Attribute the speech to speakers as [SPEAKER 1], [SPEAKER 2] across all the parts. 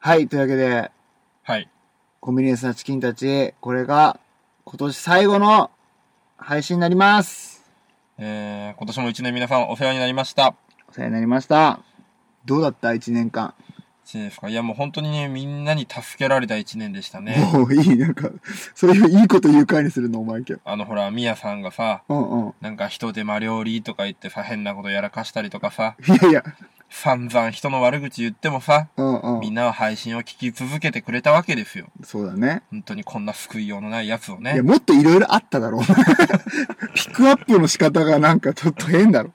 [SPEAKER 1] はい、というわけで、
[SPEAKER 2] はい。
[SPEAKER 1] コンビニエンスなチキンたち、これが今年最後の配信になります。
[SPEAKER 2] えー、今年も一年皆さんお世話になりました。
[SPEAKER 1] お世話になりました。どうだった一年間。
[SPEAKER 2] 一年ですかいや、もう本当にね、みんなに助けられた一年でしたね。
[SPEAKER 1] もういい、なんか、それをいいこと言う回にするの、お前今日。
[SPEAKER 2] あの、ほら、みやさんがさ、
[SPEAKER 1] うんうん。
[SPEAKER 2] なんか人手間料理とか言ってさ、変なことやらかしたりとかさ、
[SPEAKER 1] いやいや、
[SPEAKER 2] 散々人の悪口言ってもさ、
[SPEAKER 1] うんう
[SPEAKER 2] みん
[SPEAKER 1] ん。
[SPEAKER 2] なは配信を聞き続けてくれたわけですよ。
[SPEAKER 1] そうだね。
[SPEAKER 2] 本当にこんな救いようのないやつを
[SPEAKER 1] いや、
[SPEAKER 2] ね。
[SPEAKER 1] もっといろいろあった だろう。ピックアップの仕方がなんかちょっと変だろ。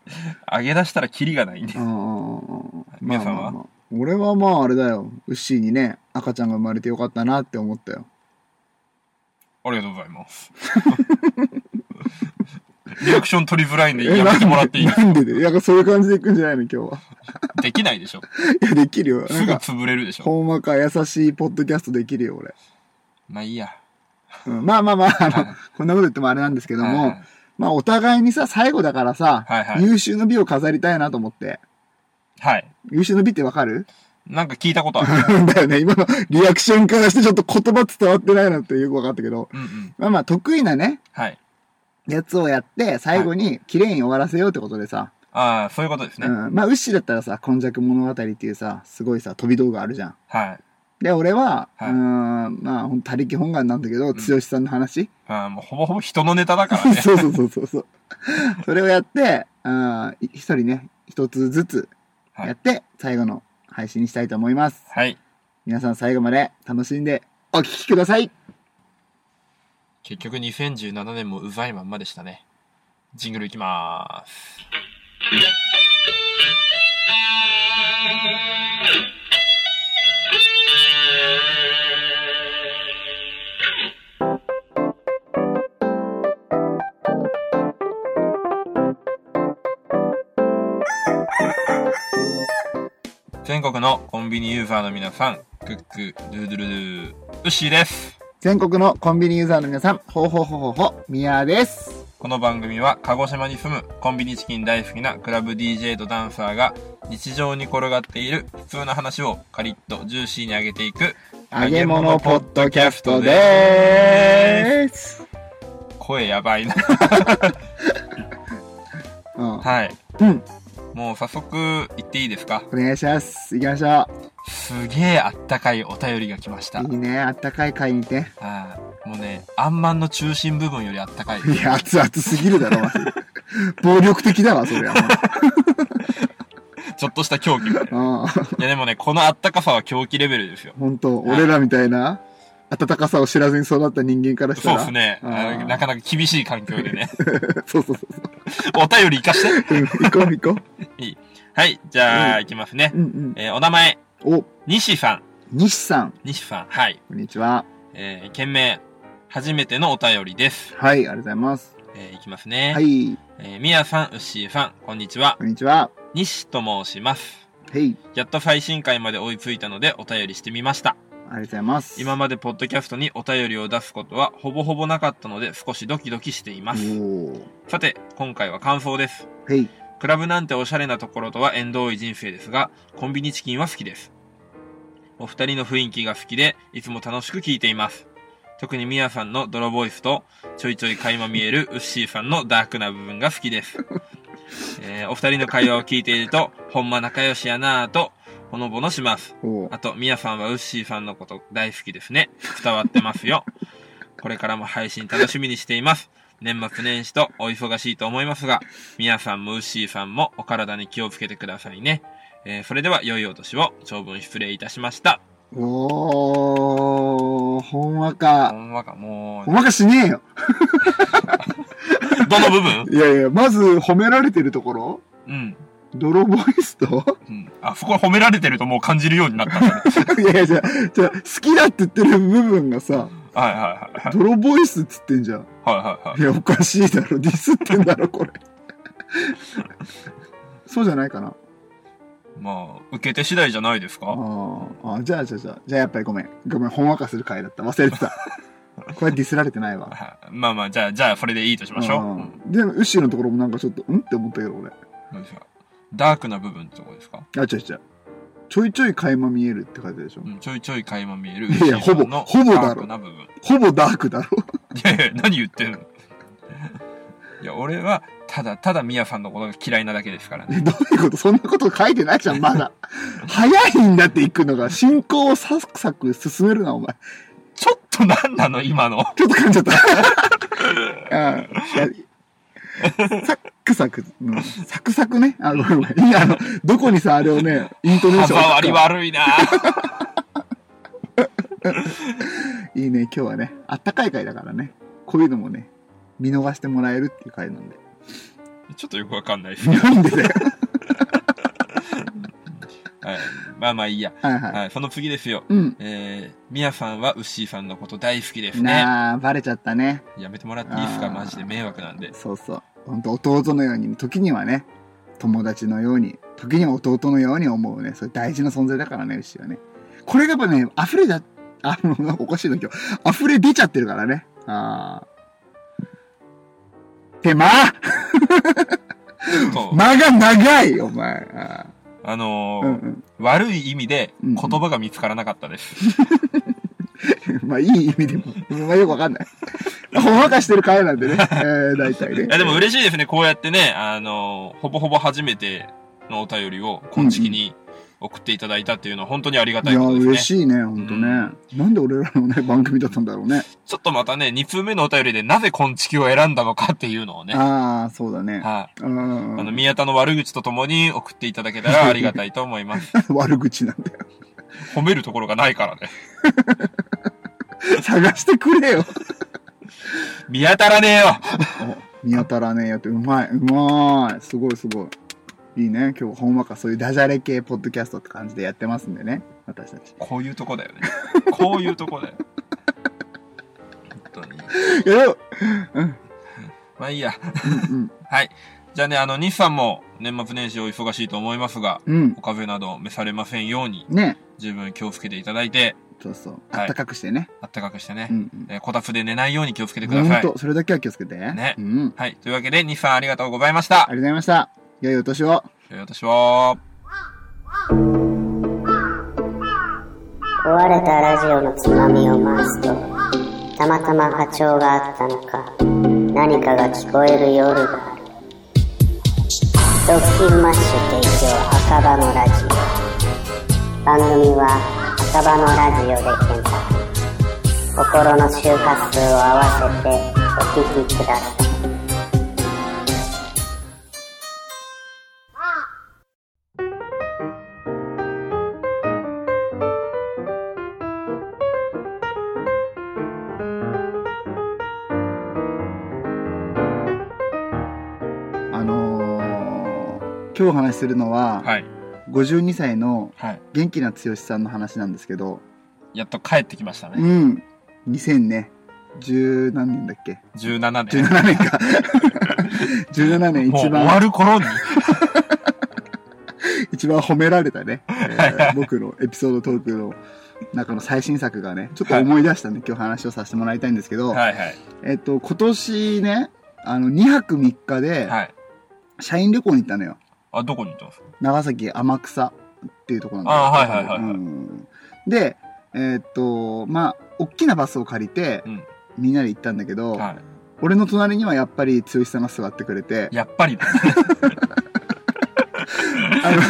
[SPEAKER 2] 上げ出したらキリがないんで
[SPEAKER 1] う。んうんうんうん。
[SPEAKER 2] 皆さんは
[SPEAKER 1] まあまあまあ俺はまああれだよ。ウッシーにね、赤ちゃんが生まれてよかったなって思ったよ。
[SPEAKER 2] ありがとうございます。リアクション取りづらいんで、やめてもらっ ていい
[SPEAKER 1] なんでで、いや、そういう感じでいくんじゃないの、今日は。
[SPEAKER 2] できないでしょ。
[SPEAKER 1] いや、できるよ。な
[SPEAKER 2] す
[SPEAKER 1] ん
[SPEAKER 2] ぐ
[SPEAKER 1] か、
[SPEAKER 2] 潰れるでしょ。
[SPEAKER 1] ほんまか優しいポッドキャストできるよ、俺。
[SPEAKER 2] まあいいや。
[SPEAKER 1] うん、まあまあまあ、あの
[SPEAKER 2] はい、
[SPEAKER 1] こんなこと言ってもあれなんですけど
[SPEAKER 2] はい
[SPEAKER 1] も
[SPEAKER 2] はい、
[SPEAKER 1] まあお互いにさ、最後だからさ、
[SPEAKER 2] はいはい
[SPEAKER 1] 優秀の美を飾りたいなと思って。
[SPEAKER 2] はい。
[SPEAKER 1] 優秀の美ってわかる
[SPEAKER 2] なんか聞いたことある。
[SPEAKER 1] だよね、今のリアクションからしてちょっと言葉伝わってないなってよくわかったけど、
[SPEAKER 2] うんうん。
[SPEAKER 1] まあまあ得意なね、
[SPEAKER 2] はい。
[SPEAKER 1] やつをやって、最後に綺麗に終わらせようってことでさ、
[SPEAKER 2] ああ、そういうことですね。
[SPEAKER 1] うん、まあウッシーだったらさ、今昔物語っていうさ、すごいさ、飛び道具あるじゃん。
[SPEAKER 2] はい。
[SPEAKER 1] で、俺は、
[SPEAKER 2] はいう
[SPEAKER 1] ーん、まあ、ほんと他力本願なんだけど、剛さんの話、
[SPEAKER 2] ああ、もうほぼほぼ人のネタだから
[SPEAKER 1] 。
[SPEAKER 2] ね
[SPEAKER 1] そうそうそうそうそう。それをやって、あーい一人ね、一つずつ
[SPEAKER 2] はい
[SPEAKER 1] やって、最後の配信にしたいと思います。
[SPEAKER 2] はい。
[SPEAKER 1] 皆さん最後まで楽しんでお聞きください。
[SPEAKER 2] 結局2017年もうざいまんまでしたね。ジングルいきまーす。全国のコンビニユーザーの皆さん、クック、ドゥードゥルドゥー、ウッシーです。
[SPEAKER 1] 全国のコンビニユーザーの皆さん、ほうほうほうほうほ、みやです。
[SPEAKER 2] この番組は鹿児島に住むコンビニチキン大好きなクラブ DJ とダンサーが日常に転がっている普通の話をカリッとジューシーに上げていく
[SPEAKER 1] 揚げ物ポッドキャスト
[SPEAKER 2] で
[SPEAKER 1] でーす。
[SPEAKER 2] 声やばい な
[SPEAKER 1] うん。
[SPEAKER 2] はい
[SPEAKER 1] うん。
[SPEAKER 2] もう早速行っていいですか
[SPEAKER 1] お願いします。行きましょ
[SPEAKER 2] すげえあったかいお便りが来ました
[SPEAKER 1] う。いいね。あったかい会にて。
[SPEAKER 2] あーもうねあんまんの中心部分よりあったかい
[SPEAKER 1] いや、熱々すぎるだろ、マジで暴力的だわ、そりゃ。
[SPEAKER 2] ちょっとした狂気みたいな
[SPEAKER 1] うん。
[SPEAKER 2] いやでもねこのあったかさは狂気レベルですよ
[SPEAKER 1] 本当俺らみたいな、暖かさを知らずに育った人間からした
[SPEAKER 2] そう
[SPEAKER 1] ら。
[SPEAKER 2] ですね
[SPEAKER 1] うん
[SPEAKER 2] あのなかなか厳しい環境でね
[SPEAKER 1] そうそうそ
[SPEAKER 2] お便り生かして
[SPEAKER 1] う。うん、行こう行こ
[SPEAKER 2] はいじゃ
[SPEAKER 1] う
[SPEAKER 2] あ、
[SPEAKER 1] ん
[SPEAKER 2] 行きますね
[SPEAKER 1] う。うん
[SPEAKER 2] えーお名前
[SPEAKER 1] うん。お、
[SPEAKER 2] 西さん
[SPEAKER 1] 西さん、
[SPEAKER 2] 西さん、はい。
[SPEAKER 1] こんにちは。
[SPEAKER 2] えー、件名、初めてのお便りです。
[SPEAKER 1] はい、ありがとうございます。
[SPEAKER 2] えー、いきますね。
[SPEAKER 1] は。い、
[SPEAKER 2] えー、みやさん、うっしーさん、こんにちは。
[SPEAKER 1] こんにちは。
[SPEAKER 2] 西と申します。
[SPEAKER 1] へい、
[SPEAKER 2] やっと最新回まで追いついたのでお便りしてみました。
[SPEAKER 1] ありがとうございます。
[SPEAKER 2] 今までポッドキャストにお便りを出すことはほぼほぼなかったので少しドキドキしてい
[SPEAKER 1] お
[SPEAKER 2] ます。
[SPEAKER 1] ー。
[SPEAKER 2] さて、今回は感想です。
[SPEAKER 1] へい、
[SPEAKER 2] クラブなんておしゃれなところとは縁遠い人生ですが、コンビニチキンは好きです。お二人の雰囲気が好きで、いつも楽しく聞いています。特にミヤさんの泥ボイスと、ちょいちょい垣間見えるウッシーさんのダークな部分が好きです。えーお二人の会話を聞いていると、ほんま仲良しやなぁと、ほのぼのします。
[SPEAKER 1] おー。
[SPEAKER 2] あと、ミヤさんはウッシーさんのこと大好きですね。伝わってますよ。 これからも配信楽しみにしています。年末年始とお忙しいと思いますが、ミヤさんもウッシーさんもお体に気をつけてくださいね。えーそれでは良いお年を、長文失礼いたしました。
[SPEAKER 1] おー、ほんわ
[SPEAKER 2] ほ
[SPEAKER 1] か。
[SPEAKER 2] んまか、も
[SPEAKER 1] ほんわかしねえよ。
[SPEAKER 2] う、どの部分
[SPEAKER 1] いやいや、まず褒められてるところ
[SPEAKER 2] うん。
[SPEAKER 1] 泥ボイスと
[SPEAKER 2] うん。あ、そこ褒められてるともう感じるようにな ったんだね。
[SPEAKER 1] いやいや、じゃあじゃあ好きだって言ってる部分がさ、
[SPEAKER 2] はいはいはい。
[SPEAKER 1] 泥ボイスっつってんじゃん。
[SPEAKER 2] はいはいはい
[SPEAKER 1] い。や、おかしいだろ。ディスってんだろ、こ れ。そうじゃないかな。
[SPEAKER 2] まあ、受け手次第じゃないです
[SPEAKER 1] あ
[SPEAKER 2] か
[SPEAKER 1] ーあ、じゃあ、じゃあ、じゃあ、じゃあやっぱりごめん。ごめん、ほんわかする回だった。忘れて た。これディスられてないわ。
[SPEAKER 2] はいまあまあ、じゃあ、じゃあ、それでいいとしましょう。うん
[SPEAKER 1] うんでも、ウッシーのところもなんかちょっと、んって思ったけど、俺。
[SPEAKER 2] どうですかダークな部分ってとこですか
[SPEAKER 1] あ、違う違う。ちょいちょい垣間見えるって感じでしょ、
[SPEAKER 2] うんちょいちょい垣間見える。
[SPEAKER 1] いやいやほぼ
[SPEAKER 2] 牛さんの
[SPEAKER 1] ほぼだろ
[SPEAKER 2] ダークな部分。
[SPEAKER 1] ほぼダークだろ
[SPEAKER 2] いやいや、何言ってるの いや、俺は、ただただミヤさんのことが嫌いなだけですからね。
[SPEAKER 1] ねどういうことそんなこと書いてないじゃん、ま だ。早いんだって行くのが、進行をサクサク進めるな、お前。
[SPEAKER 2] ちょっと何なの今の。
[SPEAKER 1] ちょっと噛んじゃった。うんいやサクサク、うんサクサクね。あ、ごめんごめん。いや、あの、どこにさ、あれをね、イントネーシ
[SPEAKER 2] 歯
[SPEAKER 1] ョンを
[SPEAKER 2] 触り悪いな
[SPEAKER 1] いいね、今日はね。あったかい回だからね。こういうのもね、見逃してもらえるっていう回なんで。
[SPEAKER 2] ちょっとよくわかんないですけど。
[SPEAKER 1] なんでだよ。
[SPEAKER 2] はい。まあまあいいや。
[SPEAKER 1] はいはい。
[SPEAKER 2] はい、その次ですよ。
[SPEAKER 1] うん。
[SPEAKER 2] えー、ミヤさんはウッシーさんのこと大好きですね。
[SPEAKER 1] なあ、バレちゃったね。
[SPEAKER 2] やめてもらっていいです
[SPEAKER 1] あ
[SPEAKER 2] か
[SPEAKER 1] ー
[SPEAKER 2] マジで迷 惑なんで。
[SPEAKER 1] そうそう。ほんと弟のように、時にはね、友達のように、時には弟のように思うね。それ大事な存在だからね、牛はね。これがやっぱね、溢れだ、 あの、なんかおかしいな今日。溢れ出ちゃってるからね。ああ。手間
[SPEAKER 2] そう。
[SPEAKER 1] 間が長いお前。あ
[SPEAKER 2] あの
[SPEAKER 1] ー
[SPEAKER 2] ー
[SPEAKER 1] うんうん。
[SPEAKER 2] 悪い意味で
[SPEAKER 1] うんうん
[SPEAKER 2] 言葉が見つからなかったです。
[SPEAKER 1] まあ、いい意味でも、まあ、よくわかんない。ほんわかしてる回なんでね。えー、大体ね。
[SPEAKER 2] いやでも嬉しいですね。こうやってね、あの、ほぼほぼ初めてのお便りを、今月に送っていただいたっていうのは本当にありがた
[SPEAKER 1] い
[SPEAKER 2] い
[SPEAKER 1] や、
[SPEAKER 2] ことですね。
[SPEAKER 1] 嬉しいね、ほんとね。なんで俺らのね、番組だったんだろうね。
[SPEAKER 2] ちょっとまたね、2通目のお便りでなぜ今月を選んだのかっていうのをね、はい、
[SPEAKER 1] ああ、そうだね。
[SPEAKER 2] あ。
[SPEAKER 1] うん
[SPEAKER 2] の、宮田の悪口とともに送っていただけたらありがたいと思 います。
[SPEAKER 1] 悪口なんだよ。
[SPEAKER 2] 褒めるところがないからね。
[SPEAKER 1] 探してく れよ。
[SPEAKER 2] 見当たらねえよ
[SPEAKER 1] 見当たらねえやって、うまい、うまい。すごい、すごい。いいね。今日、ほんわか、そういうダジャレ系ポッドキャストって感じでやってますんでね。私たち。
[SPEAKER 2] こういうとこだよね。こういうとこだよ。本当に。
[SPEAKER 1] いや、でもうん、
[SPEAKER 2] まあいいや。
[SPEAKER 1] うん、
[SPEAKER 2] はい。じゃあね、あの、西さんも年末年始お忙しいと思いますが、
[SPEAKER 1] うん。
[SPEAKER 2] お風邪など召されませんように、
[SPEAKER 1] ね。
[SPEAKER 2] 十分気をつけていただいて、
[SPEAKER 1] そうそう。
[SPEAKER 2] はい
[SPEAKER 1] あったかくしてね。
[SPEAKER 2] あったかくしてね
[SPEAKER 1] う、ん、
[SPEAKER 2] えーこたつで寝ないように気をつけて
[SPEAKER 1] うん。
[SPEAKER 2] くだ
[SPEAKER 1] 本
[SPEAKER 2] さい。
[SPEAKER 1] 当、それだけは気をつけて。
[SPEAKER 2] ね
[SPEAKER 1] うん。
[SPEAKER 2] はい。というわけで、ニさんありがとうございま
[SPEAKER 1] あ
[SPEAKER 2] した。
[SPEAKER 1] りがとうございました。良いお年を。
[SPEAKER 2] えー私は、
[SPEAKER 3] 壊れたラジオのつまみを回すとたまたま波長があったのか何かが聞こえる夜がある「ドッキンマッシュ提供赤羽のラジオ」番組は赤羽のラジオで検索心の周波数を合わせてお聞きください
[SPEAKER 1] あのー、今日お話しするのは、
[SPEAKER 2] はい。
[SPEAKER 1] 52歳の
[SPEAKER 2] はい。
[SPEAKER 1] 元気な剛さんの話なんですけど、
[SPEAKER 2] やっと帰ってきました
[SPEAKER 1] う
[SPEAKER 2] ね。
[SPEAKER 1] ん。2000ね。十何年だっけ
[SPEAKER 2] 17年。
[SPEAKER 1] 17年か。17年一
[SPEAKER 2] もう終わ
[SPEAKER 1] 番、
[SPEAKER 2] る頃に、
[SPEAKER 1] 一番褒められた ね、えー僕のエピソードトークの中の最新作がね、ちょっと思い出したんで、今日話をさせてもらいたいんですけど、
[SPEAKER 2] はいはい。
[SPEAKER 1] えっと、今年ね、あの、2泊3日で、
[SPEAKER 2] はい。
[SPEAKER 1] 社員旅行に行ったのよ。
[SPEAKER 2] あ、どこに行ったんですか
[SPEAKER 1] 長崎天草っていうところなん
[SPEAKER 2] あ
[SPEAKER 1] だ
[SPEAKER 2] ーはいはいはいはい
[SPEAKER 1] うんで、えっと、まあ、大きなバスを借りて、
[SPEAKER 2] うん
[SPEAKER 1] みんなで行ったんだけど、
[SPEAKER 2] は
[SPEAKER 1] 俺の隣にはやっぱり剛さんが座ってくれて
[SPEAKER 2] い。、やっぱり だ、
[SPEAKER 1] あの、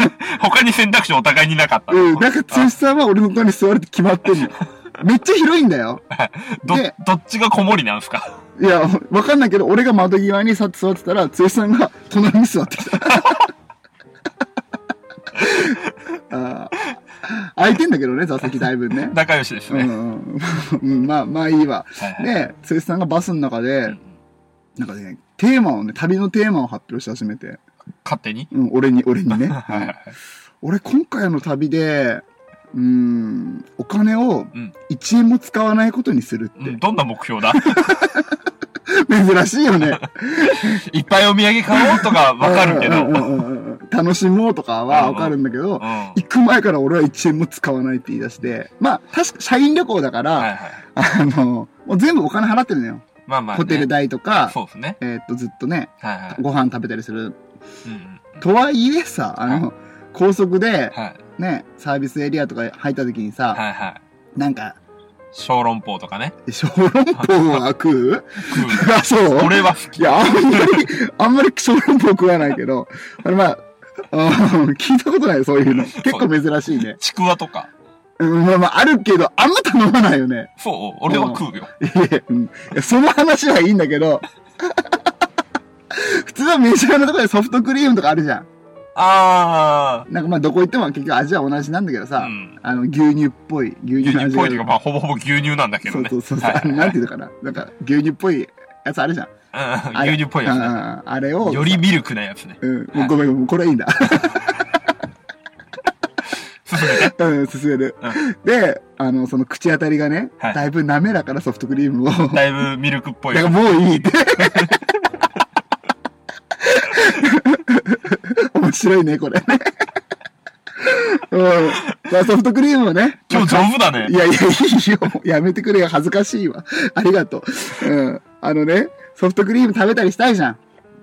[SPEAKER 2] 他に選択肢お互いになかった。
[SPEAKER 1] うん、なんか剛さんは俺の隣に座るって決まってんの。めっちゃ広いんだよ。
[SPEAKER 2] ど
[SPEAKER 1] ね、
[SPEAKER 2] どっちが子守なんすか
[SPEAKER 1] いや、わかんないけど、俺が窓際に座って座ってたら、剛さんが隣に座ってき た。あー空いてんだけどね、座席だいぶね。
[SPEAKER 2] 仲良しです
[SPEAKER 1] う
[SPEAKER 2] ね。
[SPEAKER 1] ん、うん、まあ、まあいいわ。
[SPEAKER 2] はいはい
[SPEAKER 1] で、剛さんがバスの中
[SPEAKER 2] う
[SPEAKER 1] で
[SPEAKER 2] ん、
[SPEAKER 1] なんかね、テーマをね、旅のテーマを発表し始めて。
[SPEAKER 2] 勝手に
[SPEAKER 1] うん、俺に、俺にね。
[SPEAKER 2] はいはい
[SPEAKER 1] 俺今回の旅でうーんお金を
[SPEAKER 2] うん
[SPEAKER 1] 1円も使わないことにするっ
[SPEAKER 2] うん
[SPEAKER 1] て、
[SPEAKER 2] どんな目 標だ
[SPEAKER 1] 珍しいよね
[SPEAKER 2] いっぱいお土産買おうとか わかるけど。
[SPEAKER 1] うんうんうんうんうん楽しもうとかはわかるんだけど、
[SPEAKER 2] うんは
[SPEAKER 1] 行く前から俺は1円も使わないって言い出してまあ確か社員旅行だから、
[SPEAKER 2] いはい。
[SPEAKER 1] あのもう全部お金払ってるのよ、
[SPEAKER 2] まあまあ、ね。
[SPEAKER 1] ホテル代とか
[SPEAKER 2] そうですね。
[SPEAKER 1] えーっとずっとね
[SPEAKER 2] はいはい。
[SPEAKER 1] ご飯食べたりする
[SPEAKER 2] うんうん
[SPEAKER 1] とはいえさあの、高速で
[SPEAKER 2] はい。
[SPEAKER 1] ね、サービスエリアとか入った時にさ、
[SPEAKER 2] はいはい。
[SPEAKER 1] なんか、
[SPEAKER 2] 小籠包とかね。
[SPEAKER 1] 小籠包は食う
[SPEAKER 2] 食うの
[SPEAKER 1] あ、そう
[SPEAKER 2] 俺は好
[SPEAKER 1] いや、あんまり、あんまり小籠包食わないけど、あれまあ、うん聞いたことない、そういうの。結構珍しいね
[SPEAKER 2] き。。ちくわとか。
[SPEAKER 1] うん、まあまあ、あるけど、あんま頼まないよね。
[SPEAKER 2] そう、俺は食うよ。
[SPEAKER 1] いや、うんいやその話はいいんだけど、 普通はメジャーなところでソフトクリームとかあるじゃん。
[SPEAKER 2] あ
[SPEAKER 1] なんかまあ、どこ行っても結局味は同じなんだけど
[SPEAKER 2] ー。
[SPEAKER 1] さ、
[SPEAKER 2] うん。
[SPEAKER 1] あの、牛乳っぽい、牛
[SPEAKER 2] 牛
[SPEAKER 1] 乳の
[SPEAKER 2] 乳っ
[SPEAKER 1] 味
[SPEAKER 2] ぽ
[SPEAKER 1] が
[SPEAKER 2] いというか、まあ、ほぼほぼ牛乳なんだけど
[SPEAKER 1] そう
[SPEAKER 2] ね。
[SPEAKER 1] そうそう、
[SPEAKER 2] はいはい
[SPEAKER 1] なんていうのかな。なんか、牛乳っぽいやつあるじゃん。
[SPEAKER 2] うん
[SPEAKER 1] あれ
[SPEAKER 2] 牛乳っぽいやつ
[SPEAKER 1] うんう
[SPEAKER 2] ね。
[SPEAKER 1] んうんあれを。
[SPEAKER 2] よりミルクなやつね。
[SPEAKER 1] うん、もうごめん、もうこれはいいんだ。
[SPEAKER 2] 進めて。
[SPEAKER 1] うん、進める。で、あの、その口当たりがね、
[SPEAKER 2] はい
[SPEAKER 1] だいぶ滑らかなソフトクリームを、だか
[SPEAKER 2] だいぶミルクっぽい。
[SPEAKER 1] らもういいって。面白いね、これね。うん。まあソフトクリームをね。
[SPEAKER 2] 今日丈夫だね
[SPEAKER 1] い。やいや、いいよ。やめてくれよ。恥ずかしいわ。ありがとう。うん。あのね、ソフトクリーム食べたりしたいじゃん。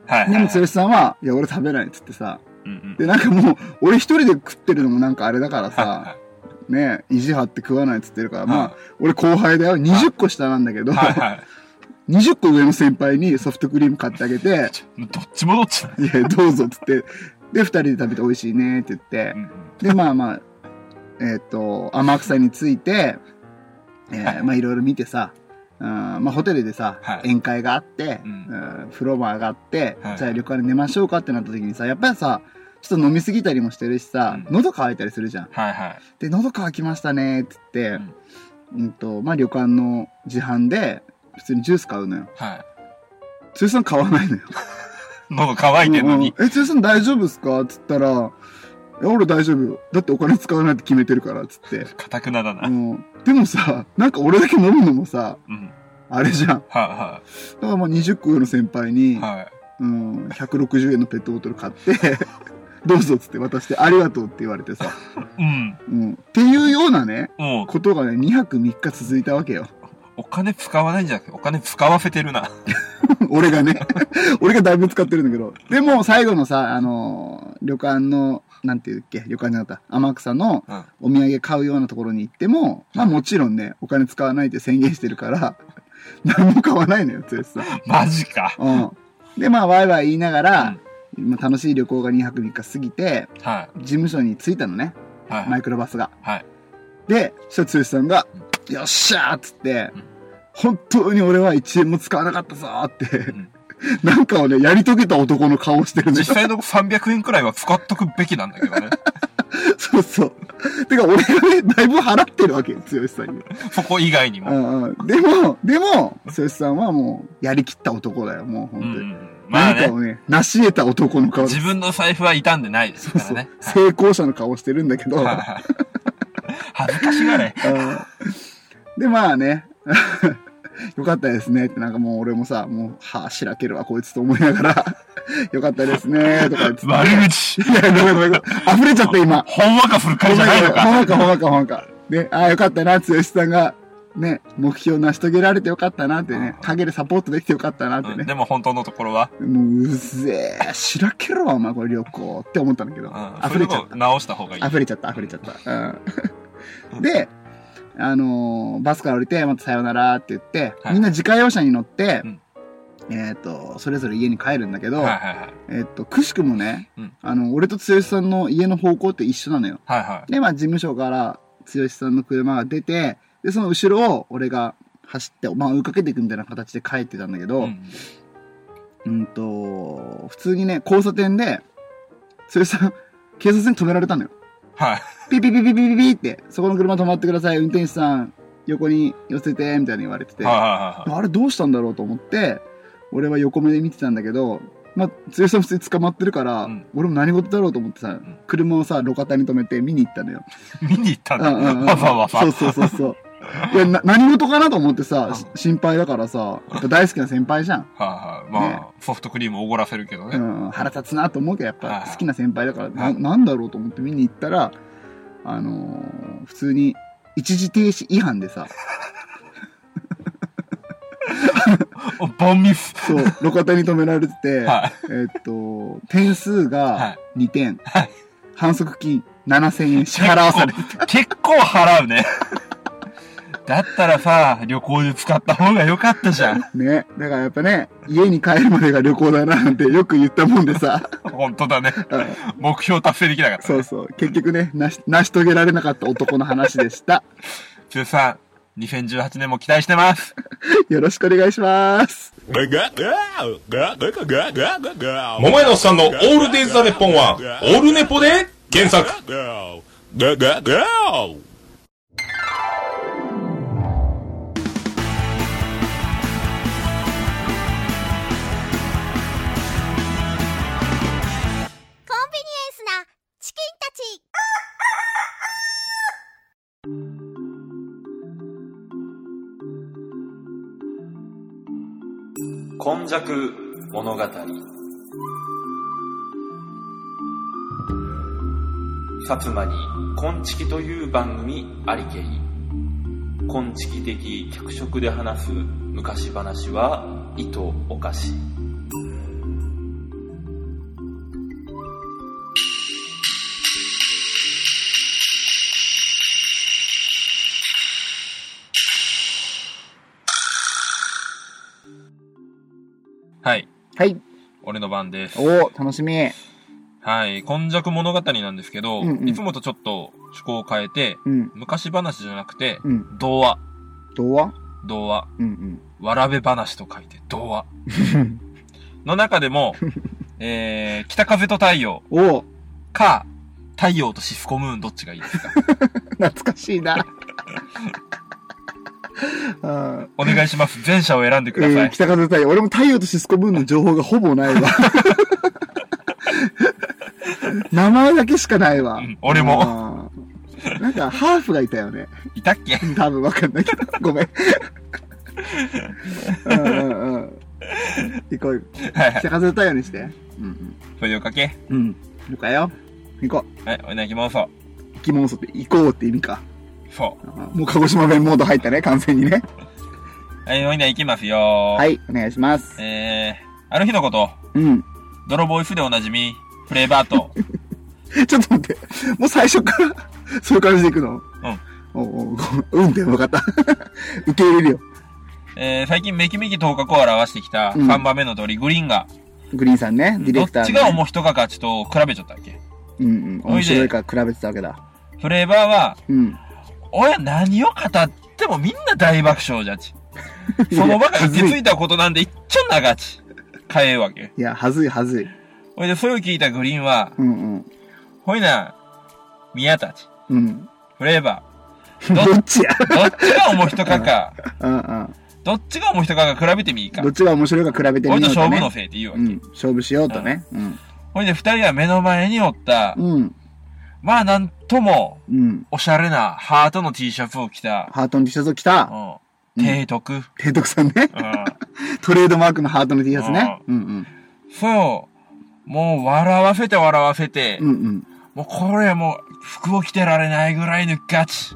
[SPEAKER 2] はいはい
[SPEAKER 1] で
[SPEAKER 2] はい。
[SPEAKER 1] も、剛さんは、いや、俺食べないっつってさ。
[SPEAKER 2] うんうん
[SPEAKER 1] で、なんかもう、俺一人で食ってるのもなんかあれだから
[SPEAKER 2] はいはい
[SPEAKER 1] さ、ね、意地張って食わないっつってるから、まあ、俺後輩だよ。20個下なんだけど、
[SPEAKER 2] はい はい。
[SPEAKER 1] 20個上の先輩にソフトクリーム買ってあげて、
[SPEAKER 2] どっちもどっちだね。
[SPEAKER 1] いや、どうぞっつって、で、二人で食べて美味しいねって言って
[SPEAKER 2] う、んうん
[SPEAKER 1] で、まあまあ、えっ、と、天草について、えーまあいろいろ見てさ、うんまあ、ホテルでさ、
[SPEAKER 2] はい
[SPEAKER 1] 宴会があって、う
[SPEAKER 2] う
[SPEAKER 1] んん風呂場上がって、
[SPEAKER 2] はい
[SPEAKER 1] じゃあ旅館で寝ましょうかってなった時にさやっぱりさちょっと飲みすぎたりもしてるしさ、
[SPEAKER 2] うん
[SPEAKER 1] 喉乾いたりするじゃん。
[SPEAKER 2] はいはい。
[SPEAKER 1] で喉乾きましたねって言って、うんとまあ、旅館の自販で普通にジュース買うのよ。
[SPEAKER 2] はい。
[SPEAKER 1] 通算買わないのよ。
[SPEAKER 2] 喉乾いてんのに。
[SPEAKER 1] うんうんえ、通算大丈夫っすかって言ったら、いや俺大丈夫よ。だってお金使わないって決めてるからっつって。
[SPEAKER 2] かたくなだ
[SPEAKER 1] う
[SPEAKER 2] な。
[SPEAKER 1] ん、でもさなんか俺だけ飲むのもさ
[SPEAKER 2] うん。
[SPEAKER 1] あれじゃんだか
[SPEAKER 2] は
[SPEAKER 1] らまあ20個上の先輩に、
[SPEAKER 2] いはい。はい。
[SPEAKER 1] うん、160円のペットボトル買って どうぞっつって渡してありがとうって言われてさ、
[SPEAKER 2] うん。
[SPEAKER 1] うん、っていうようなね
[SPEAKER 2] もう、
[SPEAKER 1] ことがね2泊3日続いたわけよ
[SPEAKER 2] お金使わないんじゃなくて、お金使わせてるな。
[SPEAKER 1] 俺がね 俺がだいぶ使ってるんだけどでも最後のさあの旅館のなんていうっけ旅館じゃなかった天草の
[SPEAKER 2] うん。
[SPEAKER 1] お土産買うようなところに行っても、まあもちろんね、お金使わないって宣言してるから、 何も買わないのよ、つさん。
[SPEAKER 2] マジか。
[SPEAKER 1] うん。で、まあ、ワイワイ言いながら、まあ、楽しい旅行が2泊3日過ぎて、
[SPEAKER 2] は
[SPEAKER 1] 事務所に着いたのね、
[SPEAKER 2] い。はいは
[SPEAKER 1] マ
[SPEAKER 2] い。
[SPEAKER 1] イクロバスが。
[SPEAKER 2] はい。
[SPEAKER 1] で、そしたら剛さんが、よっしゃーっつって
[SPEAKER 2] うん、
[SPEAKER 1] 本当に俺は1円も使わなかったぞーって
[SPEAKER 2] う、ん
[SPEAKER 1] なんかをね、やり遂げた男の顔をしてるね
[SPEAKER 2] 実。際の300円くらいは使っとくべきなんだ けどね。
[SPEAKER 1] そうそう。てか、俺がね、だいぶ払ってるわけよ、剛さんに。
[SPEAKER 2] そこ以外に
[SPEAKER 1] う
[SPEAKER 2] も。
[SPEAKER 1] んうん。でも、でも、剛さんはもう、やりきった男だよ、もう
[SPEAKER 2] う
[SPEAKER 1] 本
[SPEAKER 2] ん
[SPEAKER 1] 当
[SPEAKER 2] う
[SPEAKER 1] に。
[SPEAKER 2] ん。ま
[SPEAKER 1] 何
[SPEAKER 2] あ
[SPEAKER 1] か
[SPEAKER 2] ね。
[SPEAKER 1] をね、成し得た男の顔だ
[SPEAKER 2] 自分の財布は傷んでないですか
[SPEAKER 1] そ
[SPEAKER 2] ら
[SPEAKER 1] う
[SPEAKER 2] ね。
[SPEAKER 1] 成功者の顔してるんだけど、
[SPEAKER 2] はいはい恥ずかしがれ。
[SPEAKER 1] うんで、まあね、 よかったですねって、なんかもう俺もさ、もう、はあ、しらけるわ、こいつと思いながら、 よかったですねとか言って。
[SPEAKER 2] 悪口。
[SPEAKER 1] いや、ごめんごめんごめん。溢れちゃった、今。
[SPEAKER 2] ほんわかする
[SPEAKER 1] ほ
[SPEAKER 2] 会
[SPEAKER 1] ん
[SPEAKER 2] じゃ
[SPEAKER 1] ま
[SPEAKER 2] ないの
[SPEAKER 1] か、ほんまか、
[SPEAKER 2] か。
[SPEAKER 1] ほんまか、ほんまか。ね、ああ、よかったな、剛さんが、ね、目標成し遂げられてよかったなってね、陰でサポートできてよかったなって
[SPEAKER 2] うん
[SPEAKER 1] ね。
[SPEAKER 2] でも本当のところは、
[SPEAKER 1] もう、うぜえ、しらけろわ、お前、これ旅行って思ったんだけど、
[SPEAKER 2] うん、そ
[SPEAKER 1] 溢
[SPEAKER 2] うい
[SPEAKER 1] れ
[SPEAKER 2] う
[SPEAKER 1] ちゃっ
[SPEAKER 2] の
[SPEAKER 1] た。
[SPEAKER 2] 直した方がいい。
[SPEAKER 1] 溢れちゃった、溢れちゃった。 うん、で、あのーバスから降りて、またさよならって言って、
[SPEAKER 2] はい
[SPEAKER 1] みんな自家用車に乗って、
[SPEAKER 2] うん
[SPEAKER 1] えっ、と、それぞれ家に帰るんだけど、
[SPEAKER 2] はいはいはい。
[SPEAKER 1] えっ、と、くしくもね、
[SPEAKER 2] うん
[SPEAKER 1] あの、俺と剛さんの家の方向って一緒なのよ。
[SPEAKER 2] はいはい。
[SPEAKER 1] で、まあ、事務所から剛さんの車が出て、で、その後ろを俺が走って、まあ、追いかけていくみたいな形で帰ってたんだけど、
[SPEAKER 2] うん
[SPEAKER 1] うんと、普通にね、交差点で、それさ、警察に止められたのよ。
[SPEAKER 2] はい。
[SPEAKER 1] ピピピピピピピって、そこの車止まってください、運転手さん、横に寄せて、みたいに言われてて、
[SPEAKER 2] はいはい
[SPEAKER 1] あ
[SPEAKER 2] はいはい。
[SPEAKER 1] れどうしたんだろうと思って、俺は横目で見てたんだけど、まあ、剛さん普通に捕まってるから、
[SPEAKER 2] うん
[SPEAKER 1] 俺も何事だろうと思ってさ
[SPEAKER 2] ん、
[SPEAKER 1] 車をさ、路肩に止めて見に行ったのよ。
[SPEAKER 2] 見に行ったんだ。
[SPEAKER 1] うんうんうん
[SPEAKER 2] わざわざ。
[SPEAKER 1] そうそうそうそう。いや、な、何事かなと思ってさ、し心配だからさ、やっぱ大好きな先輩じゃん。
[SPEAKER 2] はいはい。まあ、ソフトクリームおごらせるけど
[SPEAKER 1] う
[SPEAKER 2] ね。
[SPEAKER 1] ん、腹立つなと思うけど、やっぱ
[SPEAKER 2] ああ
[SPEAKER 1] 好きな先輩だから、
[SPEAKER 2] ああ
[SPEAKER 1] な、なんだろうと思って見に行ったら、あのー普通に一時停止違反でさ、
[SPEAKER 2] おボンミス。
[SPEAKER 1] そう、路肩に止められてて、
[SPEAKER 2] はい。
[SPEAKER 1] えっと、点数
[SPEAKER 2] は
[SPEAKER 1] が
[SPEAKER 2] い
[SPEAKER 1] 2点、
[SPEAKER 2] はい
[SPEAKER 1] 反則金7000円支払わされてた。
[SPEAKER 2] 結構払うね。 だったらさ、旅行で使った方が良かったじ ゃん。
[SPEAKER 1] ね。だからやっぱね、家に帰るまでが旅行だななんてよく言ったもんでさ。
[SPEAKER 2] 本当だね。
[SPEAKER 1] うん
[SPEAKER 2] 目標達成できなかった、
[SPEAKER 1] そ
[SPEAKER 2] ね。
[SPEAKER 1] うそう。結局ね、なし、成し遂げられなかった男の話でした。
[SPEAKER 2] 13、2018年も期待してます。
[SPEAKER 1] よろしくお願いします。
[SPEAKER 4] 桃
[SPEAKER 5] 桃
[SPEAKER 4] 屋
[SPEAKER 5] 屋
[SPEAKER 4] の
[SPEAKER 5] の
[SPEAKER 4] お
[SPEAKER 5] お
[SPEAKER 4] っ
[SPEAKER 5] っ
[SPEAKER 4] さ
[SPEAKER 5] さ
[SPEAKER 4] ん
[SPEAKER 5] ん
[SPEAKER 4] の
[SPEAKER 5] の
[SPEAKER 4] オ
[SPEAKER 5] オ
[SPEAKER 4] ー
[SPEAKER 5] ー
[SPEAKER 4] ルデ
[SPEAKER 5] ルデ
[SPEAKER 4] イ
[SPEAKER 5] イ
[SPEAKER 4] ズ・
[SPEAKER 5] ズ・
[SPEAKER 4] ザ・
[SPEAKER 5] ザ・
[SPEAKER 4] ネ
[SPEAKER 5] ネ
[SPEAKER 4] ッ
[SPEAKER 5] ッ
[SPEAKER 4] ポ
[SPEAKER 5] ポ
[SPEAKER 4] ン
[SPEAKER 5] ン
[SPEAKER 4] は
[SPEAKER 5] は、
[SPEAKER 4] オー
[SPEAKER 5] オー
[SPEAKER 4] ルネ
[SPEAKER 5] ルネ
[SPEAKER 4] ポ
[SPEAKER 5] ポ
[SPEAKER 4] で
[SPEAKER 5] で
[SPEAKER 4] 検
[SPEAKER 5] 検
[SPEAKER 4] 索
[SPEAKER 5] 索。
[SPEAKER 6] コンビニエンスなチキンたち
[SPEAKER 7] 今弱物語薩摩に「こんちき」という番組ありけりこんちき的脚色で話す昔話は糸おかし
[SPEAKER 2] はい。
[SPEAKER 1] はい。
[SPEAKER 2] 俺の番です。
[SPEAKER 1] おー、楽しみ。
[SPEAKER 2] はい。今弱物語なんですけど、
[SPEAKER 1] うんうん
[SPEAKER 2] いつもとちょっと趣向を変えて、
[SPEAKER 1] うん。
[SPEAKER 2] 昔話じゃなくて、
[SPEAKER 1] うん。
[SPEAKER 2] 童話、
[SPEAKER 1] 童話
[SPEAKER 2] 童話、
[SPEAKER 1] うん
[SPEAKER 2] わらべ話と書いて 童話
[SPEAKER 1] うん。
[SPEAKER 2] の中でも、えー、北風と太陽
[SPEAKER 1] おー、
[SPEAKER 2] か、太陽とシスコムーンどっちがいいですか
[SPEAKER 1] 懐かしいな。 あ
[SPEAKER 2] お願いします。前者を選んで
[SPEAKER 1] ー
[SPEAKER 2] く
[SPEAKER 1] え
[SPEAKER 2] ださ
[SPEAKER 1] ー、
[SPEAKER 2] い。
[SPEAKER 1] 北風太陽。俺も太陽とシスコブーンの情報がほぼないわ。名前だけしかないわ
[SPEAKER 2] うん。俺も
[SPEAKER 1] あー。なんか、ハーフが いたよね。
[SPEAKER 2] いたっ け
[SPEAKER 1] 多分わかんないけ ど。ごめん。うんうんうん。行こう。
[SPEAKER 2] はいはい。
[SPEAKER 1] 北風太陽にして。うん
[SPEAKER 2] それでおかけ。
[SPEAKER 1] うん。うん。行こうよ。行こ
[SPEAKER 2] はい、お願いします。
[SPEAKER 1] う。生き物そって行こうって意味か。
[SPEAKER 2] そ
[SPEAKER 1] もう鹿児島弁モード入ったね、完全にね。
[SPEAKER 2] う。はい、おいな、行きますよ。
[SPEAKER 1] はいい、お願いします。
[SPEAKER 2] えー、ある日のこと、
[SPEAKER 1] うん。
[SPEAKER 2] 泥ボイスでおなじみ、フレーバート。
[SPEAKER 1] ちょっと待って。もう最初から、そういう感じで行くのうん。おうおうごめんうんって分かった。 受け入れるよ。
[SPEAKER 2] えー、最近めきめき頭角を表してきた
[SPEAKER 1] うん
[SPEAKER 2] 3番目の鳥、グリーンが、
[SPEAKER 1] グリーンさんね、ディレ
[SPEAKER 2] どっ
[SPEAKER 1] クター、
[SPEAKER 2] ちが重ひとかかちょっと比べちゃったっけ
[SPEAKER 1] うんうん。面白いから比べてたわけだ。
[SPEAKER 2] フレーバーは、
[SPEAKER 1] うん。
[SPEAKER 2] 親何を語ってもみんな大爆笑じゃち。その場が受け継いだことなんで一丁長ち。変えるわけ。
[SPEAKER 1] いや、はずいはずい。
[SPEAKER 2] ほいで、それを聞いたグリーンは、
[SPEAKER 1] うんうん。
[SPEAKER 2] ほいな、宮たち、
[SPEAKER 1] うん。
[SPEAKER 2] フレーバ
[SPEAKER 1] ど
[SPEAKER 2] ど
[SPEAKER 1] っちや
[SPEAKER 2] ー、どっちが重ひとかか、
[SPEAKER 1] うんうん。
[SPEAKER 2] どっちが重ひとかか比べてみいか
[SPEAKER 1] どっ。ちが面白いか比べてみよ
[SPEAKER 2] 俺
[SPEAKER 1] う
[SPEAKER 2] と
[SPEAKER 1] と、ね。
[SPEAKER 2] 勝負のせいって言うわ
[SPEAKER 1] う
[SPEAKER 2] け。
[SPEAKER 1] ん。勝負しようとね。うん。
[SPEAKER 2] ほいで、二人は目の前におった、
[SPEAKER 1] うん。
[SPEAKER 2] まあなんとも、
[SPEAKER 1] うん。
[SPEAKER 2] おしゃれなハートの T シャツを着た、
[SPEAKER 1] ハートの T シャツを着
[SPEAKER 2] う
[SPEAKER 1] た、
[SPEAKER 2] ん、
[SPEAKER 1] うん
[SPEAKER 2] 提督、うん、
[SPEAKER 1] 提督さんね。トレードマークのハートの T シャツね。うん
[SPEAKER 2] そう、もう笑わせて笑わせて、
[SPEAKER 1] うん。うんうん。
[SPEAKER 2] もうこれもう服を着てられないぐらいのガチ。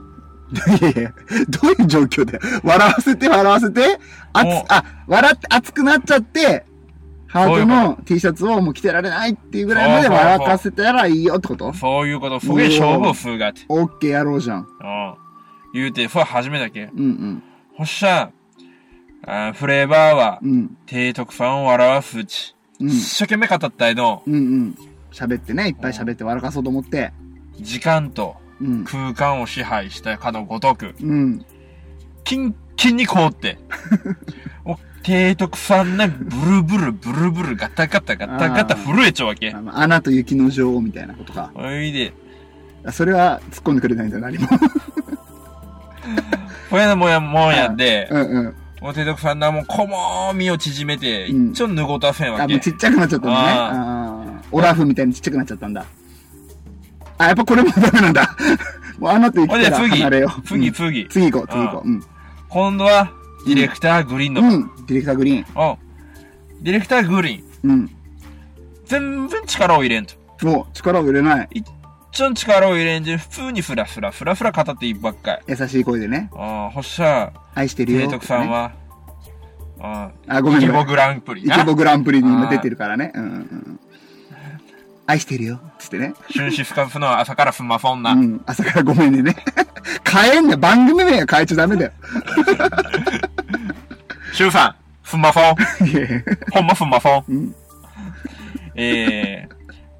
[SPEAKER 1] いやいや、どういう状況で笑わせて笑わせて、
[SPEAKER 2] もう
[SPEAKER 1] 熱、あ、笑って熱くなっちゃって、ハート
[SPEAKER 2] そう
[SPEAKER 1] の T シャツをもう着てられないっていうぐらいまで
[SPEAKER 2] そうそうそう
[SPEAKER 1] 笑かせたらいいよってこと
[SPEAKER 2] そういうこと、すげえ勝負をするガチ。
[SPEAKER 1] オッケーやろうじゃん。
[SPEAKER 2] うん。言うて、そう初めだっけ。
[SPEAKER 1] うん
[SPEAKER 2] ほっしゃ、あーフレーバーは
[SPEAKER 1] うん。う、ん。
[SPEAKER 2] 提督さんを笑わすうち、
[SPEAKER 1] うん。
[SPEAKER 2] 一生懸命語ったいの、
[SPEAKER 1] うんうん。喋ってね、いっぱい喋って笑かそうと思って。
[SPEAKER 2] 時間と
[SPEAKER 1] うん。
[SPEAKER 2] 空間を支配したかのごとく、
[SPEAKER 1] うん。
[SPEAKER 2] キンキンに凍って、 もう提督さんね、ブルブル、ブルブル、ガタガタ、ガタガタ
[SPEAKER 1] あー
[SPEAKER 2] 震えちゃうわけ
[SPEAKER 1] あ。の、アナと雪の女王みたいなことか。
[SPEAKER 2] おいで、
[SPEAKER 1] あそれは突っ込んでくれないんだよ、 何も。
[SPEAKER 2] ほやのもやもんやで
[SPEAKER 1] う、んうん。
[SPEAKER 2] もう提督さんな、もうこもー身を縮めて、
[SPEAKER 1] うん
[SPEAKER 2] 一丁脱ごうとはせんわ
[SPEAKER 1] あ、もうち。
[SPEAKER 2] け
[SPEAKER 1] っちゃくなっちゃったのね。あーオラフみたいにちっちゃくなっちゃったんだ。あ、やっぱこれもダメなんだ。 もうあなた行
[SPEAKER 2] ほ
[SPEAKER 1] く
[SPEAKER 2] い
[SPEAKER 1] か
[SPEAKER 2] で
[SPEAKER 1] ら
[SPEAKER 2] 次
[SPEAKER 1] 離れよ、う。
[SPEAKER 2] 次、
[SPEAKER 1] うん
[SPEAKER 2] 次。
[SPEAKER 1] 次行こう、次行こう。うん。
[SPEAKER 2] 今度は、ディレクターグリーンの番。
[SPEAKER 1] うん。ディレクターグリーン。
[SPEAKER 2] おディレクターグリーン。
[SPEAKER 1] うん。
[SPEAKER 2] 全然力を入れんと。
[SPEAKER 1] もう力を入れない。
[SPEAKER 2] 一丁力を入れんで、普通にフラフラ、フラフラ語っていくばっかい。
[SPEAKER 1] 優しい声でね。
[SPEAKER 2] ああ、ほっしゃ、
[SPEAKER 1] 愛してるよ。
[SPEAKER 2] 提督さん。は、あ
[SPEAKER 1] あ、ご
[SPEAKER 2] ー
[SPEAKER 1] め
[SPEAKER 2] イ
[SPEAKER 1] ん
[SPEAKER 2] ケ
[SPEAKER 1] ごめ
[SPEAKER 2] ボ
[SPEAKER 1] ん。
[SPEAKER 2] グランプリ
[SPEAKER 1] イ
[SPEAKER 2] な。
[SPEAKER 1] ケボグランプリに今出てるからね。うんうんうん。愛してるよ。つってね。
[SPEAKER 2] 春しすかすのは朝からすんまそんな。
[SPEAKER 1] うん。朝からごめんね ね。変えんだよ。番組名は変えちゃダメだよ。
[SPEAKER 2] シュウさん、すんまそん。
[SPEAKER 1] いやいや
[SPEAKER 2] ほんますんまそん。
[SPEAKER 1] うん。
[SPEAKER 2] え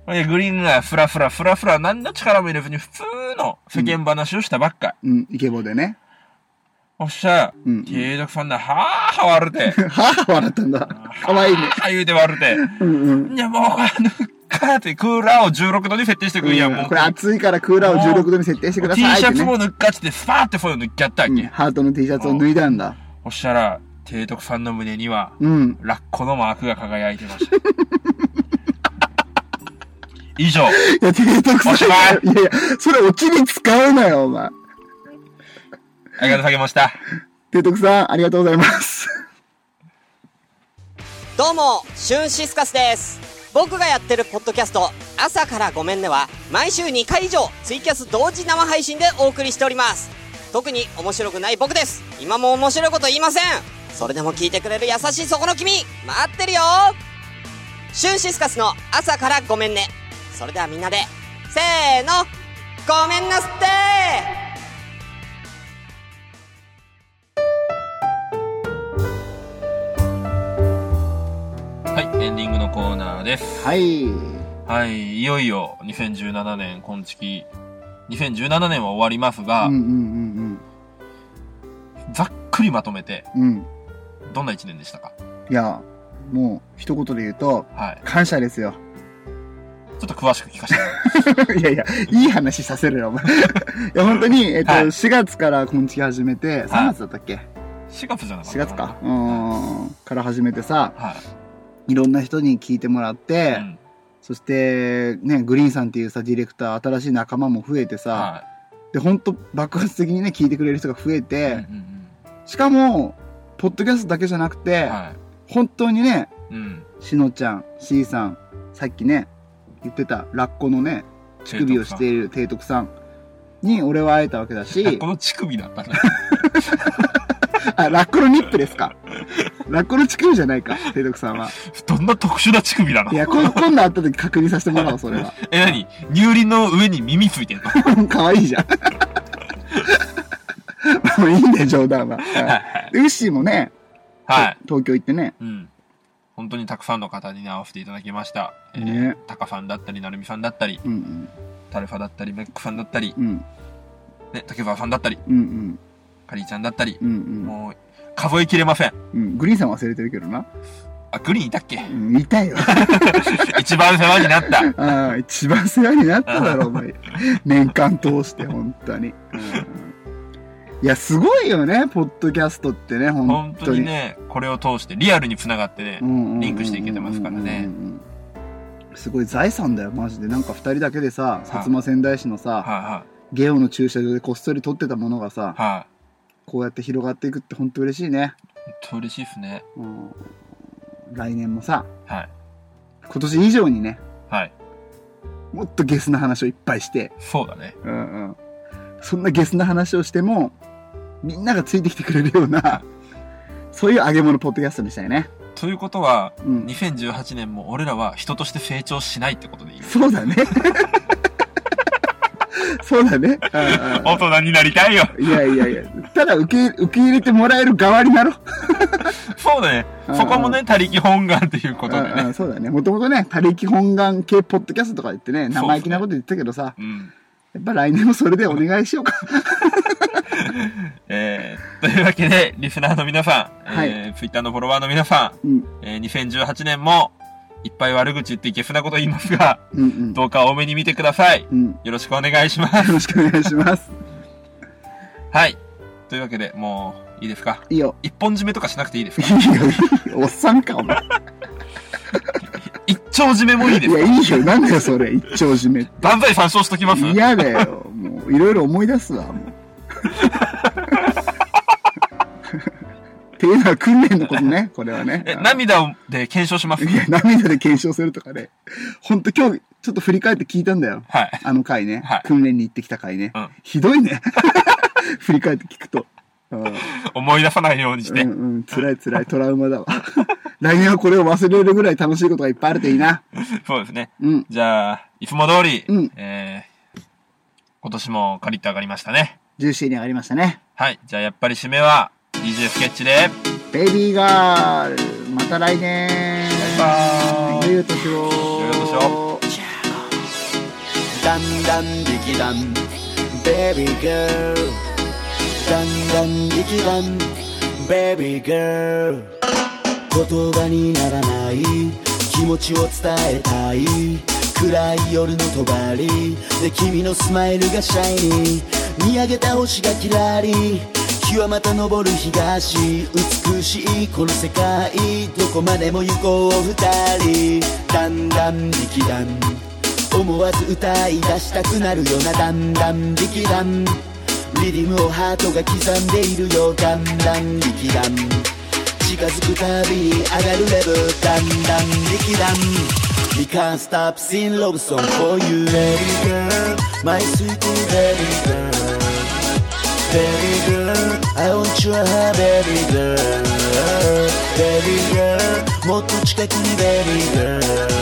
[SPEAKER 2] ー、でグリーンがふらふらふらふら何の力も入れずに普通の世間話をしたばっか。
[SPEAKER 1] うん。イケボでね。
[SPEAKER 2] おっしゃ、
[SPEAKER 1] うん
[SPEAKER 2] 継続さんな、はぁはわるて。
[SPEAKER 1] はぁ、笑ったんだ。かわいいね。
[SPEAKER 2] はぁ言うてわるて。
[SPEAKER 1] うんうん。
[SPEAKER 2] いや、もう、あの、かって、クーラーを16度に設定してくんや、もう。
[SPEAKER 1] これ暑いからクーラーを16度に設定してくださ
[SPEAKER 2] T
[SPEAKER 1] いっ
[SPEAKER 2] シ
[SPEAKER 1] て、
[SPEAKER 2] ャ
[SPEAKER 1] ね。
[SPEAKER 2] ツもぬっかして、スパーってそういうの抜きゃったわけ。
[SPEAKER 1] うん、ハートの T シャツを脱いだんだ。
[SPEAKER 2] おっしゃら、提督さんの胸には、
[SPEAKER 1] うん。
[SPEAKER 2] ラッコのマークが輝いてました。 以上、
[SPEAKER 1] いや、提督さん。
[SPEAKER 2] おしまい
[SPEAKER 1] いやいや、それオチに使うなよ、お前。
[SPEAKER 2] ありがとうございました。
[SPEAKER 1] 提督さん、ありがとうございます。
[SPEAKER 4] どうも、シュンシスカスです。僕がやってるポッドキャスト、朝からごめんねは、毎週2回以上、ツイキャス同時生配信でお送りしております。特に面白くない僕です。今も面白いこと言いません。それでも聞いてくれる優しいそこの君、待ってるよシュンシスカスの朝からごめんね。それではみんなで、せーの、ごめんなすって
[SPEAKER 2] はい、エンディングのコーナーです。
[SPEAKER 1] はい。
[SPEAKER 2] はい、いよいよ、2017年、今月、2017年は終わりますが、
[SPEAKER 1] うんうん
[SPEAKER 2] ざっくりまとめて、
[SPEAKER 1] うんうん。うん。
[SPEAKER 2] どんな1年でしたか
[SPEAKER 1] いや、もう、一言で言うと、
[SPEAKER 2] はい。
[SPEAKER 1] 感謝ですよ。
[SPEAKER 2] ちょっと詳しく聞かせてもらいます
[SPEAKER 1] いやいや、いい話させるよ、お前。い や、本当に、えっと、
[SPEAKER 2] はい
[SPEAKER 1] 4月から今月始めて、3月だったっけ、
[SPEAKER 2] 4月じゃなかっ
[SPEAKER 1] ?4
[SPEAKER 2] た
[SPEAKER 1] 月か。う
[SPEAKER 2] は
[SPEAKER 1] ーん。から始めてさ、
[SPEAKER 2] い。
[SPEAKER 1] いろんな人に聞いてもらって、
[SPEAKER 2] うん
[SPEAKER 1] そして、ね、グリーンさんっていうさ、ディレクター、新しい仲間も増えてさ、
[SPEAKER 2] は
[SPEAKER 1] で、本当爆発的にね、聞いてくれる人が増え
[SPEAKER 2] い。うんう
[SPEAKER 1] て、
[SPEAKER 2] ん
[SPEAKER 1] しかも、ポッドキャストだけじゃなくて、
[SPEAKER 2] うんは
[SPEAKER 1] 本当にね、
[SPEAKER 2] い。うん。
[SPEAKER 1] しのちゃん、しーさん、さっきね、言ってた、ラッコのね、乳首をしている提督さんに俺は会えたわけだし
[SPEAKER 2] こ、の乳首だったね。
[SPEAKER 1] あ、ラッコのニップですか。 ラッコの乳首じゃないか、提督さんは。
[SPEAKER 2] どんな特殊な乳首だない
[SPEAKER 1] や、こ今度会った時確認させてもらおう、それは。
[SPEAKER 2] え、なに乳輪の上に耳ついてんの は
[SPEAKER 1] 可愛いじゃん。 もういいんだよ、冗談は。はいでウッシーもね、
[SPEAKER 2] はい。
[SPEAKER 1] 東京行ってね、
[SPEAKER 2] うん。本当にたくさんの方にね会わせていただきました。えー
[SPEAKER 1] ね
[SPEAKER 2] タカさんだったり、なるみさんだったり、
[SPEAKER 1] うん
[SPEAKER 2] タルファだったり、メックさんだったり
[SPEAKER 1] う、ん、うん、
[SPEAKER 2] ね、竹澤さんだったり、
[SPEAKER 1] うん、うん、
[SPEAKER 2] カリーちゃんだったり、
[SPEAKER 1] うん、うん
[SPEAKER 2] もう、数えきれません。
[SPEAKER 1] うん、グリーンさん忘れてるけどな。
[SPEAKER 2] あ、グリーンいたっけ
[SPEAKER 1] うん、見たいよ。
[SPEAKER 2] 一番世話になった。
[SPEAKER 1] ああ、一番世話になっただろ、お 前。年間通して、本当に。いや、すごいよね、ポッドキャストってね、本
[SPEAKER 2] 本
[SPEAKER 1] 当
[SPEAKER 2] 当
[SPEAKER 1] に。
[SPEAKER 2] にね、これを通してリアルに繋がってね、リ
[SPEAKER 1] リ
[SPEAKER 2] ンクしていけてますからね。
[SPEAKER 1] すごい財産だよ、マジで。なんか二人だけでさ、薩摩仙台市のさ、
[SPEAKER 2] は
[SPEAKER 1] ゲオの駐車場でこっそり撮ってたものが
[SPEAKER 2] い
[SPEAKER 1] さ、
[SPEAKER 2] はい。はい。
[SPEAKER 1] こうやって広がっていくって本当嬉しいね。
[SPEAKER 2] 本当嬉しいですね。
[SPEAKER 1] うん来年もさ、
[SPEAKER 2] はい。
[SPEAKER 1] 今年以上にね、
[SPEAKER 2] はい。
[SPEAKER 1] もっとゲスな話をいっぱいして、
[SPEAKER 2] そうだね。
[SPEAKER 1] うんうん、そんなゲスな話をしてもみんながついてきてくれるようなそういう揚げ物ポッドキャストにしたいね、
[SPEAKER 2] ということは、
[SPEAKER 1] うん、
[SPEAKER 2] 2018年も俺らは人として成長しないってことでいい
[SPEAKER 1] そうだね そうだね
[SPEAKER 2] 大人になりたいよ。
[SPEAKER 1] うんうんいやいやいやただ受け受け入れてもらえる側になろう
[SPEAKER 2] そうだね。
[SPEAKER 1] うん
[SPEAKER 2] そこもね、他力本願っていうこと
[SPEAKER 1] う
[SPEAKER 2] で
[SPEAKER 1] んう
[SPEAKER 2] ね。
[SPEAKER 1] んそうだねもともとね他力本願系ポッドキャストとか言ってね
[SPEAKER 2] そう
[SPEAKER 1] 生意気なこと言ってたけどさ
[SPEAKER 2] うん。
[SPEAKER 1] やっぱ来年もそれでお願いしよう か
[SPEAKER 2] えー、というわけで、リスナーの皆さん、
[SPEAKER 1] はい
[SPEAKER 2] えー、Twitter のフォロワーの皆さん、
[SPEAKER 1] うん
[SPEAKER 2] えー、2018年も、いっぱい悪口言っていけすなこと言いますが、
[SPEAKER 1] うんうん
[SPEAKER 2] どうか多めに見てください。
[SPEAKER 1] うんよ
[SPEAKER 2] よろしくお願いします。
[SPEAKER 1] ろしくお願いします
[SPEAKER 2] はい。というわけで、もう、いいですか
[SPEAKER 1] いいよ
[SPEAKER 2] 一本締めとかしなくていいです
[SPEAKER 1] い
[SPEAKER 2] か
[SPEAKER 1] いよいいよおっさんかお前
[SPEAKER 2] 一丁締めもいいで
[SPEAKER 1] い
[SPEAKER 2] す
[SPEAKER 1] や、
[SPEAKER 2] か
[SPEAKER 1] いいよ。なんだよ、それ。一丁締 め。
[SPEAKER 2] 万歳参照しときます
[SPEAKER 1] 嫌だよ。もう、いろいろ思い出すわ、も う。っていうのは訓練のことね、これはね。
[SPEAKER 2] え、涙をで検証します
[SPEAKER 1] いや、涙で検証するとかね。ほんと今日、ちょっと振り返って聞いたんだよ。
[SPEAKER 2] はい。
[SPEAKER 1] あの回ね。
[SPEAKER 2] はい
[SPEAKER 1] 訓練に行ってきた回ね。
[SPEAKER 2] うん
[SPEAKER 1] ひどいね。 振り返って聞くと。うん
[SPEAKER 2] 思い出さないようにして。
[SPEAKER 1] うんうん、辛い辛い、トラウマだわ。来年はこれを忘れるぐらい楽しいことがいっぱいあるといいな。
[SPEAKER 2] そうですね。
[SPEAKER 1] うん。
[SPEAKER 2] じゃあ、いつも通り、
[SPEAKER 1] うん
[SPEAKER 2] えー今年もカリッと上がりましたね。
[SPEAKER 1] ジューシーに上がりましたね。
[SPEAKER 2] はい。じゃあ、やっぱり締めは、DJ スケッチで、
[SPEAKER 1] ベイビーガール、また来年。
[SPEAKER 2] バイバーイ
[SPEAKER 1] 良いお年を。
[SPEAKER 2] 良いお年を。
[SPEAKER 5] だんだん力弾ベビー girl だんだん力弾ベビー girl 言葉にならない気持ちを伝えたい暗い夜の帳で君のスマイルがシャイニー見上げた星がキラリ日はまた昇る東美しいこの世界どこまでも行こう二人だんだん力弾思わず歌い出したくなるようなだんだん力弾リリムをハートが刻んでいるよだんだん力弾近づくたびに上がるレベルだんだん力弾 We can't stop singing love song for you Baby girl My sweet baby girl Baby girl I want you a baby girl Baby girl もっと近くに Baby girl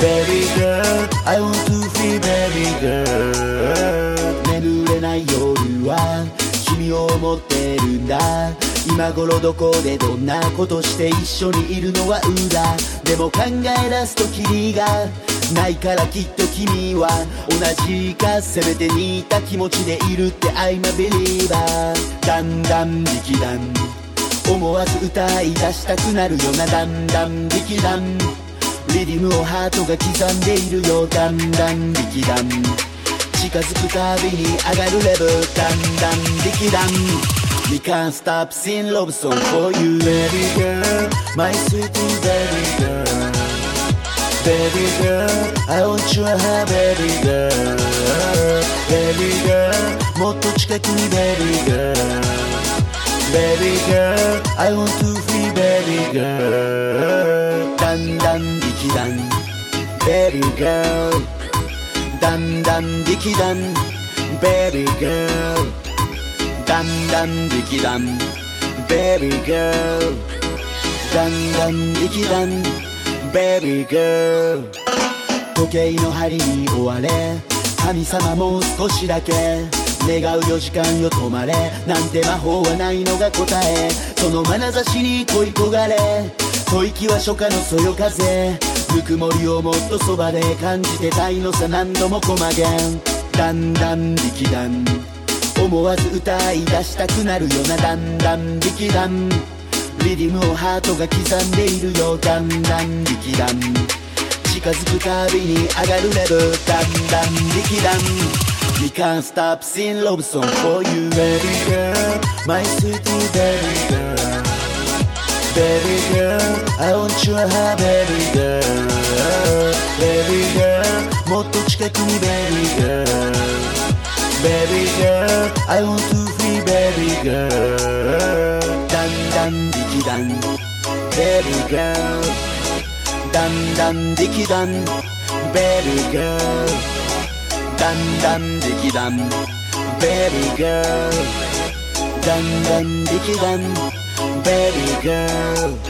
[SPEAKER 5] Baby girl, I want to feel baby girl 眠れない夜は君を思ってるんだ今頃どこでどんなことして一緒にいるのは裏でも考え出すとキリがないからきっと君は同じかせめて似た気持ちでいるって I'm a believer だんだん力弾思わず歌い出したくなるようなだんだん力弾リリムをハートが刻んでいるよだんだん力弾近づくたびに上がるレベルだんだん力弾 We can't stop singing love song for you baby girl My sweet baby girl Baby girl I want you a baby girl Baby girl もっと近くに baby girl Baby girl, I want to feel baby girl だんだん力弾 Baby girl だんだん力弾 Baby girl だんだん力弾 Baby girl だんだん力弾 Baby girl 時計の針に追われ神様もう少しだけ願うよ時間よ止まれなんて魔法はないのが答えその眼差しに恋焦がれ吐息は初夏のそよ風ぬくもりをもっとそばで感じてたいのさ何度もこまげんだんだん力弾思わず歌い出したくなるようなだんだん力弾リリムをハートが刻んでいるよだんだん力弾近づくたびに上がるレベルだんだん力弾 We can't stop singing love song for you baby girl My sweet baby girl Baby girl I want you a baby girl Baby girl もっと近くに baby girl Baby girl I want to feel baby girl だんだん力弾 Baby girl だんだん力弾ベリーガールだんだん力弾ベリーガールだんだん力弾ベリーガール